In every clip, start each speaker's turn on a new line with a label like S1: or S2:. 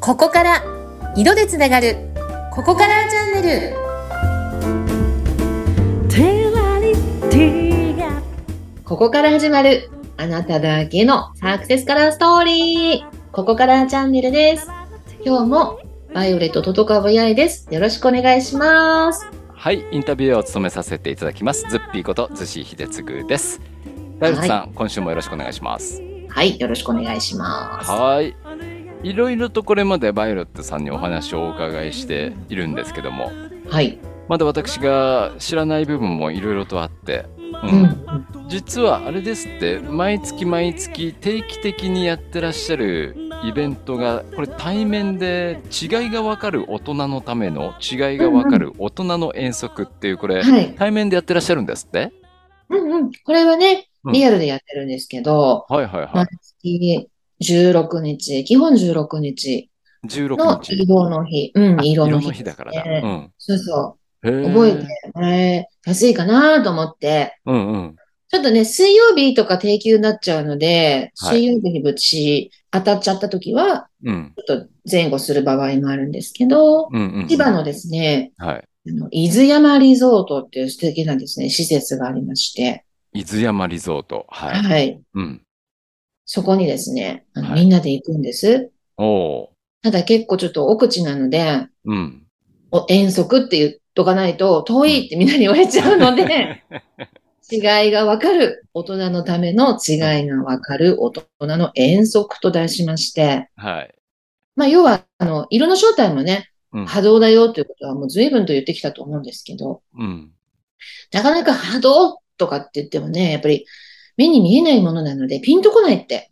S1: ここから色でつながるここからチャンネル
S2: テラリティが
S1: ここから始まるあなただけのサクセスカラーストーリーここからチャンネルです今日もバイオレットトトカブヤイですよろしくお願いします
S3: はい、インタビューを務めさせていただきます。ズッピーこと、逗子秀次です。大仏さん、今週もよろしくお願いします。
S1: はいよろしくお願いします
S3: はい。いろいろとこれまでバイオレットさんにお話をお伺いしているんですけども、
S1: はい
S3: まだ私が知らない部分もいろいろとあって、
S1: う
S3: う。
S1: ん、うんん、
S3: 実はあれですって、毎月毎月定期的にやってらっしゃるイベントが、これ対面で違いがわかる大人のための、違いがわかる大人の遠足っていう、これ、
S1: はい
S3: 対面でやってらっしゃるんですって
S1: うんうんこれはね
S3: うん
S1: リアルでやってるんですけど、
S3: はいはいはい
S1: 毎。月16日基本16日の
S3: 16日。
S1: 色の日うん色の
S3: 色
S1: 日
S3: の日だからだ。
S1: ね
S3: うん
S1: そうそう
S3: へー
S1: 覚えてもらえやすいかなと思って、
S3: うんうん。
S1: ちょっとね、水曜日とか定休になっちゃうので、
S3: はい
S1: 水曜日にぶち当たっちゃった時は、
S3: うん。
S1: ちょっと前後する場合もあるんですけど、
S3: うんうん。
S1: 千葉のですね、
S3: はい。
S1: あの伊豆山リゾートっていう素敵なですね、施設がありまして、
S3: 伊豆山リゾート。はい。
S1: はい。
S3: うん。
S1: そこにですね、あの
S3: はい
S1: みんなで行くんです。
S3: おお
S1: ただ結構ちょっと奥地なので、
S3: ー。うん。
S1: お遠足って言っとかないと遠いってみんなに言われちゃうので、 違いがわかる。大人のための違いがわかる大人の遠足と題しまして、
S3: はい。
S1: まあ、要は、あの、色の正体もね、
S3: うん。
S1: 波動だよということはもう随分と言ってきたと思うんですけど、
S3: うん。
S1: なかなか波動とかって言ってもね、やっぱり目に見えないものなので、ピンとこないって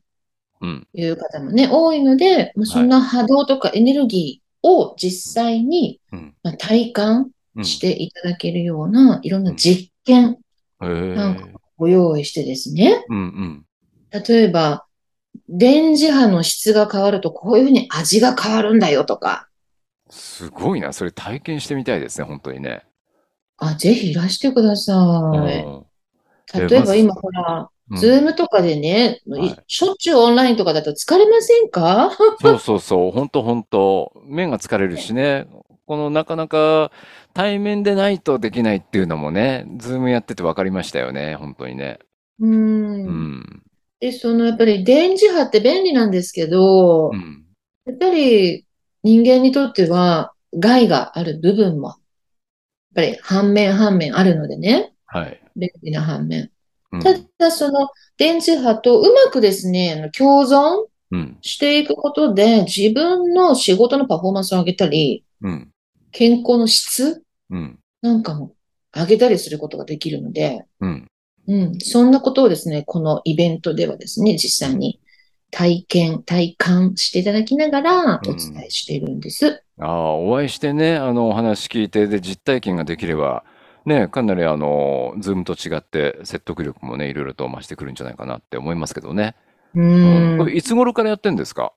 S3: うん。
S1: いう方もね、多いので、まあ、そんな波動とかエネルギーを実際に
S3: うん。
S1: まあ体感
S3: うん。
S1: していただけるような、いろんな実験
S3: へー
S1: なんかご用意してですね、
S3: うんうん。
S1: 例えば、電磁波の質が変わるとこういうふうに味が変わるんだよとか、
S3: すごいな。それ体験してみたいですね、本当にね。
S1: あ、ぜひいらしてください。
S3: うん
S1: 例えば
S3: え
S1: 今
S3: まず
S1: ほら、
S3: うん
S1: ズームとかでね、
S3: はい
S1: いしょっちゅうオンラインとかだと疲れませんか
S3: そうそうそう。本当本当目が疲れるしね。このなかなか対面でないとできないっていうのもね、ズームやってて分かりましたよね、本当にね。
S1: う。
S3: うんん。
S1: で、そのやっぱり電磁波って便利なんですけど
S3: う、ん。
S1: やっぱり人間にとっては害がある部分も、やっぱり反面反面あるのでね、
S3: はい。
S1: 便利な反面。
S3: うん
S1: ただその電磁波とうまくですね、あの共存
S3: うん。
S1: していくことで、自分の仕事のパフォーマンスを上げたり、
S3: うん。
S1: 健康の質
S3: うん。
S1: なんかも上げたりすることができるので、
S3: うん。
S1: うん、そんなことをですね、このイベントではですね、実際に体験、体感していただきながら
S3: うん
S1: お伝えしているんです。
S3: ああ、お会いしてね、あの、お話聞いて、で、実体験ができれば、ね、かなりあの、ズームと違って説得力もね、いろいろと増してくるんじゃないかなって思いますけどね。
S1: う
S3: うん
S1: ん
S3: これ、いつ頃からやってんですか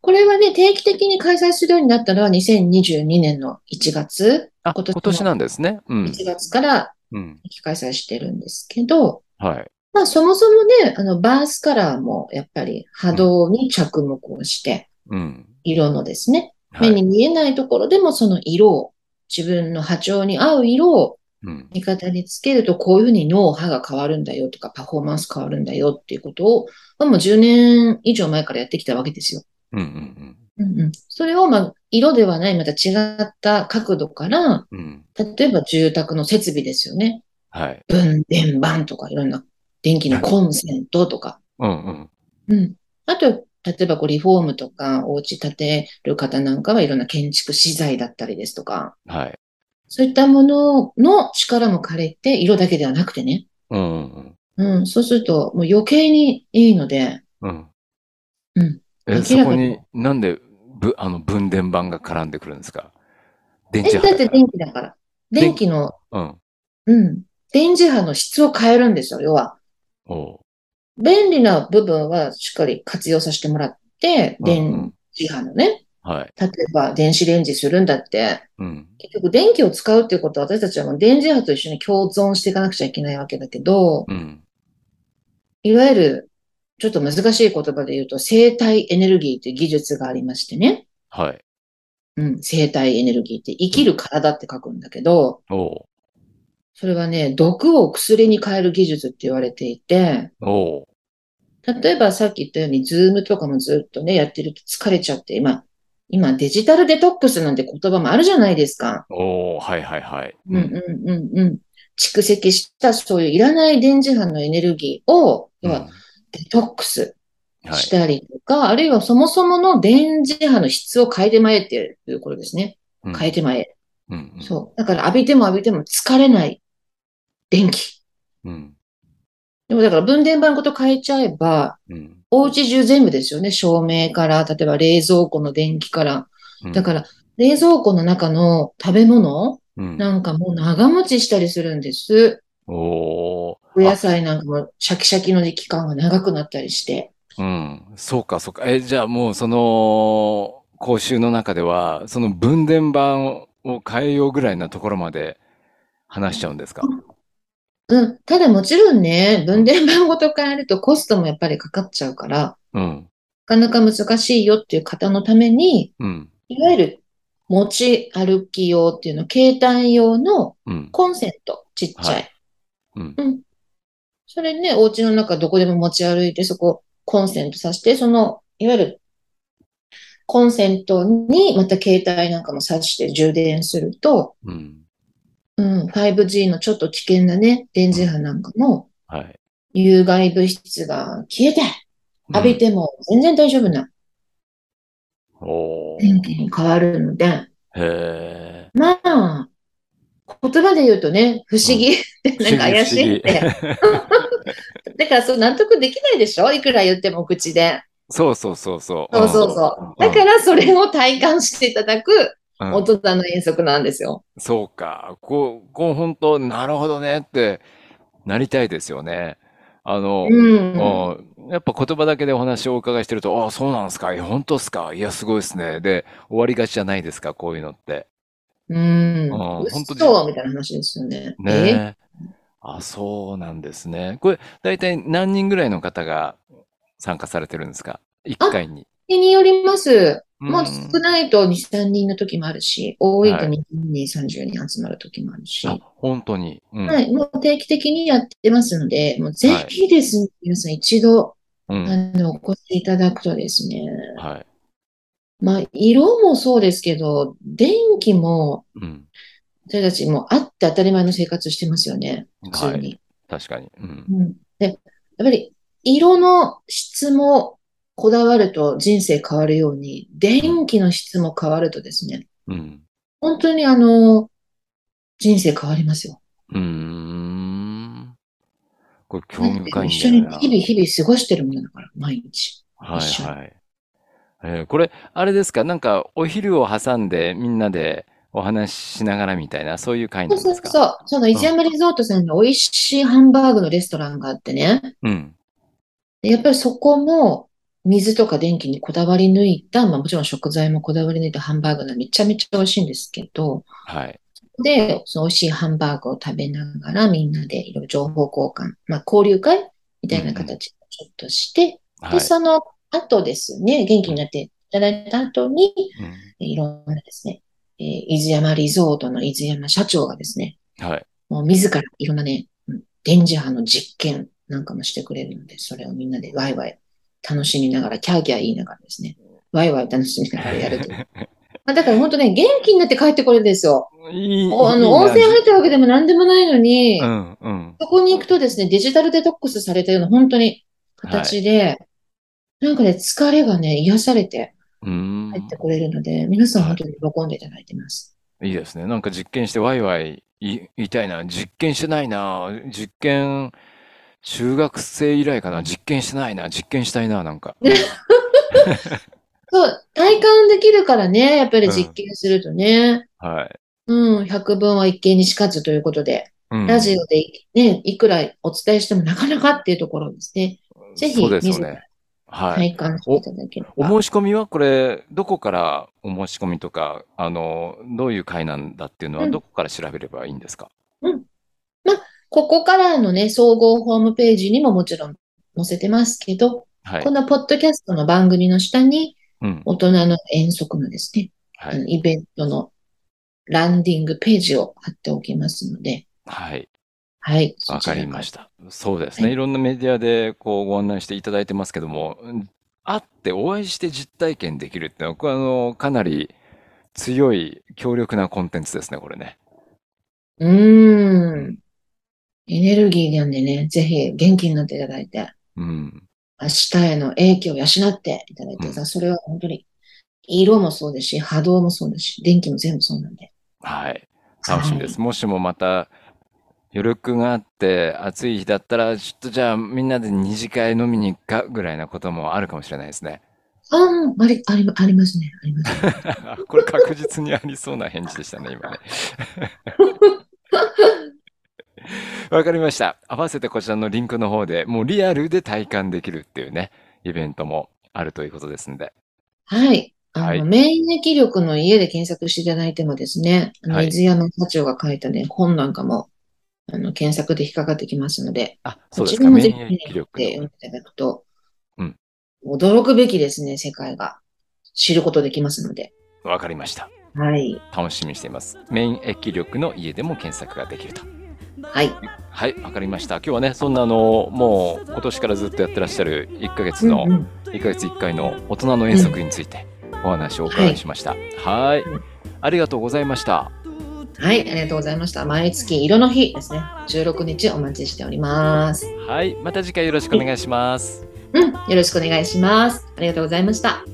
S1: これはね、定期的に開催するようになったのは2022年の1月、
S3: あ、
S1: 今年の
S3: 今年なんですね。うん。
S1: 1月から
S3: うん。
S1: 開催してるんですけど、
S3: はい。
S1: まあそもそもね、あのバースカラーもやっぱり波動に着目をして、
S3: うん。
S1: 色のですね、
S3: は
S1: 目
S3: い。
S1: に見えないところでもその色を、自分の波長に合う色を
S3: うん。
S1: 味方につけるとこういうふうに脳波が変わるんだよとかパフォーマンス変わるんだよっていうことを、まあ、もう10年以上前からやってきたわけですよ。
S3: うん。うん。
S1: うんうん、それを、まあ、色ではないまた違った角度から、
S3: うん。うん。
S1: 例えば住宅の設備ですよね。
S3: はい。
S1: 分電盤とかいろんな電気のコンセントとか。
S3: うん。うん。
S1: うん。あと、例えばこうリフォームとか、お家建てる方なんかはいろんな建築資材だったりですとか、
S3: はい。
S1: そういったものの力も借りて、色だけではなくてね。
S3: うん。うん
S1: うん、そうすると、もう余計にいいので、
S3: うん。うん。
S1: うん
S3: え、
S1: 明ら
S3: そ
S1: か
S3: こ
S1: に
S3: に、なんで、ぶ、あの、分電盤が絡んでくるんですか電
S1: え、
S3: 池
S1: だ
S3: 波
S1: って
S3: から
S1: 電気だから。電気の、
S3: うん。
S1: うん、電磁波の質を変えるんですよ、要は。
S3: おう。
S1: 便利な部分はしっかり活用させてもらって、
S3: うんう
S1: 電
S3: ん
S1: 磁波のね、
S3: はい。
S1: 例えば電子レンジするんだって、
S3: うん。
S1: 結局電気を使うっていうことは私たちはもう電磁波と一緒に共存していかなくちゃいけないわけだけど、
S3: うん。
S1: いわゆるちょっと難しい言葉で言うと生体エネルギーという技術がありましてね。
S3: はい。
S1: うん、生体エネルギーって生きる体って書くんだけど、
S3: おう
S1: それはね、毒を薬に変える技術って言われていて、
S3: おう
S1: 例えばさっき言ったように、ズームとかもずっとね、やってると疲れちゃって、今、今デジタルデトックスなんて言葉もあるじゃないですか。
S3: おうはいはいはい。
S1: うんうんうんうん。蓄積したそういういらない電磁波のエネルギーを、
S3: うん
S1: 要はデトックス
S3: は
S1: し
S3: い。
S1: たりとか、あるいはそもそもの電磁波の質を変えてまえっていうことですね。
S3: うん
S1: 変えてまえ。
S3: うんうん
S1: そう。だから浴びても浴びても疲れない電気。
S3: うん。
S1: でもだから分電盤ごと変えちゃえば、
S3: うん。
S1: お家中全部ですよね。照明から、例えば冷蔵庫の電気から。
S3: うん
S1: だから、冷蔵庫の中の食べ物
S3: うん
S1: なんかもう長持ちしたりするんです。
S3: おー
S1: お野菜なんかもシャキシャキの期間が長くなったりして。
S3: うん。そうか、そうか。え、じゃあもうその、講習の中では、その分電盤を変えようぐらいなところまで話しちゃうんですか
S1: うん。ただもちろんね、分電盤ごと変えるとコストもやっぱりかかっちゃうから、
S3: うん。
S1: なかなか難しいよっていう方のために、
S3: うん。
S1: いわゆる持ち歩き用っていうの、携帯用の
S3: うん。
S1: コンセント、ちっちゃ。
S3: はいうん。
S1: それね、お家の中どこでも持ち歩いて、そこコンセントさして、その、いわゆるコンセントにまた携帯なんかも挿して充電すると、
S3: うん。
S1: うん、5G のちょっと危険なね、電磁波なんかも
S3: はい。
S1: 有害物質が消えて、
S3: うん
S1: 浴びても全然大丈夫な
S3: おー
S1: 電気に変わるので、
S3: へ
S1: まあ、言葉で言うとね、不思議って、
S3: うん
S1: なんか怪しいって
S3: 不。
S1: だからそう納得できないでしょいくら言っても口で。
S3: ーそうそうそうそう。
S1: そうそうそう。だからそれを体感していただく
S3: うんうん
S1: 大人の遠足なんですよ。
S3: そうか。こう、こう本当、なるほどねってなりたいですよね。あの、
S1: うん。
S3: あーやっぱ言葉だけでお話をお伺いしてると、ああ、そうなんですか、いや、本当ですか、いや、すごいですね。で、終わりがちじゃないですか、こういうのって。
S1: うん
S3: あ。ー本当に
S1: 嘘みたいな話ですよね。え
S3: ねえ。あ、そうなんですね。これ、大体何人ぐらいの方が参加されてるんですか ?1 回に。
S1: 日によります。
S3: うん
S1: もう少ないと2、3人の時もあるし、多いと
S3: はい
S1: 20人、30人集まる時もあるし。
S3: あ、本当に。うん。
S1: はい。もう定期的にやってますので、もうぜひですね、皆さん一度、
S3: うん
S1: あの、お越しいただくとですね、
S3: はい。
S1: まあ、色もそうですけど、電気も
S3: うん。
S1: 私たちもうあって当たり前の生活してますよね、普
S3: は
S1: 通
S3: い。
S1: に。
S3: 確かに。うん。
S1: うん、で、やっぱり色の質もこだわると人生変わるように、電気の質も変わるとですね、
S3: うん。
S1: 本当にあの、人生変わりますよ。
S3: うーん。これ、興味深いん
S1: 一緒
S3: だよ
S1: に
S3: な。
S1: 日々日々過ごしてるものだから、毎日。
S3: はい
S1: 一緒に
S3: はい。えーこれ、あれですか、なんかお昼を挟んでみんなでお話ししながらみたいな、そういう会
S1: そ
S3: な
S1: うんそ
S3: で
S1: う
S3: すか
S1: そう。その石山リゾートさんの美味しいハンバーグのレストランがあってね、
S3: うん。
S1: でやっぱりそこも水とか電気にこだわり抜いた、まあもちろん食材もこだわり抜いたハンバーグがめちゃめちゃ美味しいんですけど、
S3: はい。
S1: で、その美味しいハンバーグを食べながらみんなでいろいろ情報交換、まあ交流会みたいな形でちょっとして、
S3: は
S1: で、
S3: い。
S1: その後ですね、元気になっていただいた後に、
S3: うん
S1: いろんなですね、えー伊豆山リゾートの伊豆山社長がですね、
S3: はい。
S1: もう自らいろんなね、うん電磁波の実験なんかもしてくれるので、それをみんなでワイワイ楽しみながら、キャーキャー言いながらですね、ワイワイ楽しみながらやると いう。まあだから本当ね、元気になって帰ってこれるんですよ。
S3: いい、
S1: おあ
S3: いい
S1: の、
S3: な
S1: 温泉入ったわけでも何でもないのに、
S3: うん、うん。
S1: そこに行くとですね、デジタルデトックスされたような本当に形で、なんかね、疲れがね、癒されて
S3: うーん
S1: 入ってこれるので、皆さん本当に喜んでいただいてます。
S3: いいですね。なんか実験してワイワイい言いたいな。実験してないな。実験、中学生以来かな。実験してないな。実験したいな。なんか。
S1: そう、体感できるからね、やっぱり実験するとね。
S3: はい。
S1: うん、百聞は一見にしかずということで、
S3: うん
S1: ラジオでね、いくらお伝えしてもなかなかっていうところですね。ぜひ
S3: そうですよ
S1: 自
S3: ね
S1: ら。
S3: はい。
S1: 体感していただけれ
S3: お
S1: ば。
S3: 申し込みはこれ、どこからお申し込みとか、あの、どういう会なんだっていうのは、
S1: うん
S3: どこから調べればいいんですか
S1: ここからのね、総合ホームページにももちろん載せてますけど、
S3: はい
S1: こ。のポッドキャストの番組の下に、
S3: うん。
S1: 大人の遠足のですね、
S3: は
S1: あの
S3: い。
S1: イベントのランディングページを貼っておきますので、
S3: はい。
S1: はい。。
S3: わかりましたた。そうですね。いろんなメディアでこうご案内していただいてますけども、うん会ってお会いして実体験できるってのは、これあの、かなり強い、強力なコンテンツですね、これね。
S1: うーん。エネルギーなんでね、ぜひ元気になっていただいて、
S3: うん。
S1: 明日への影響を養っていただいて
S3: う
S1: さ、それは本当に、色もそうですし、波動もそうですし、電気も全部そうなんで。
S3: はい。楽しみです。もしもまた、余力があって、暑い日だったら、ちょっとじゃあみんなで二次会飲みに行くかぐらいなこともあるかもしれないですね。
S1: ああ、あり、あり、ありますね。あります。
S3: これ確実にありそうな返事でしたね、今ね。 わかりました。合わせてこちらのリンクの方でもうリアルで体感できるっていうね、イベントもあるということですんで。
S1: はい。あの、
S3: はい
S1: 免疫力の家で検索していただいてもですね、あの
S3: はい
S1: 水山社長が書いたね、本なんかも、あの、検索で引っかかってきますので、
S3: あ、そうです
S1: こ
S3: か、
S1: ちらもぜ
S3: 免
S1: ひ
S3: 疫力
S1: で読ん
S3: の。
S1: でいただくと、
S3: うん
S1: 驚くべきですね、世界が。知ることできますので。
S3: わかりました。
S1: はい。
S3: 楽しみにしています。免疫力の家でも検索ができると。
S1: はい。
S3: はい、わかりました。今日はね、そんなあの、もう今年からずっとやってらっしゃる1ヶ月の
S1: うんうん
S3: 1ヶ月1回の大人の遠足についてお話をお伺いしました。はい
S1: うん
S3: ありがとうございました。
S1: はい、ありがとうございました。毎月色の日ですね。16日お待ちしております。
S3: はい、また次回よろしくお願いします。
S1: うん、よろしくお願いします。ありがとうございました。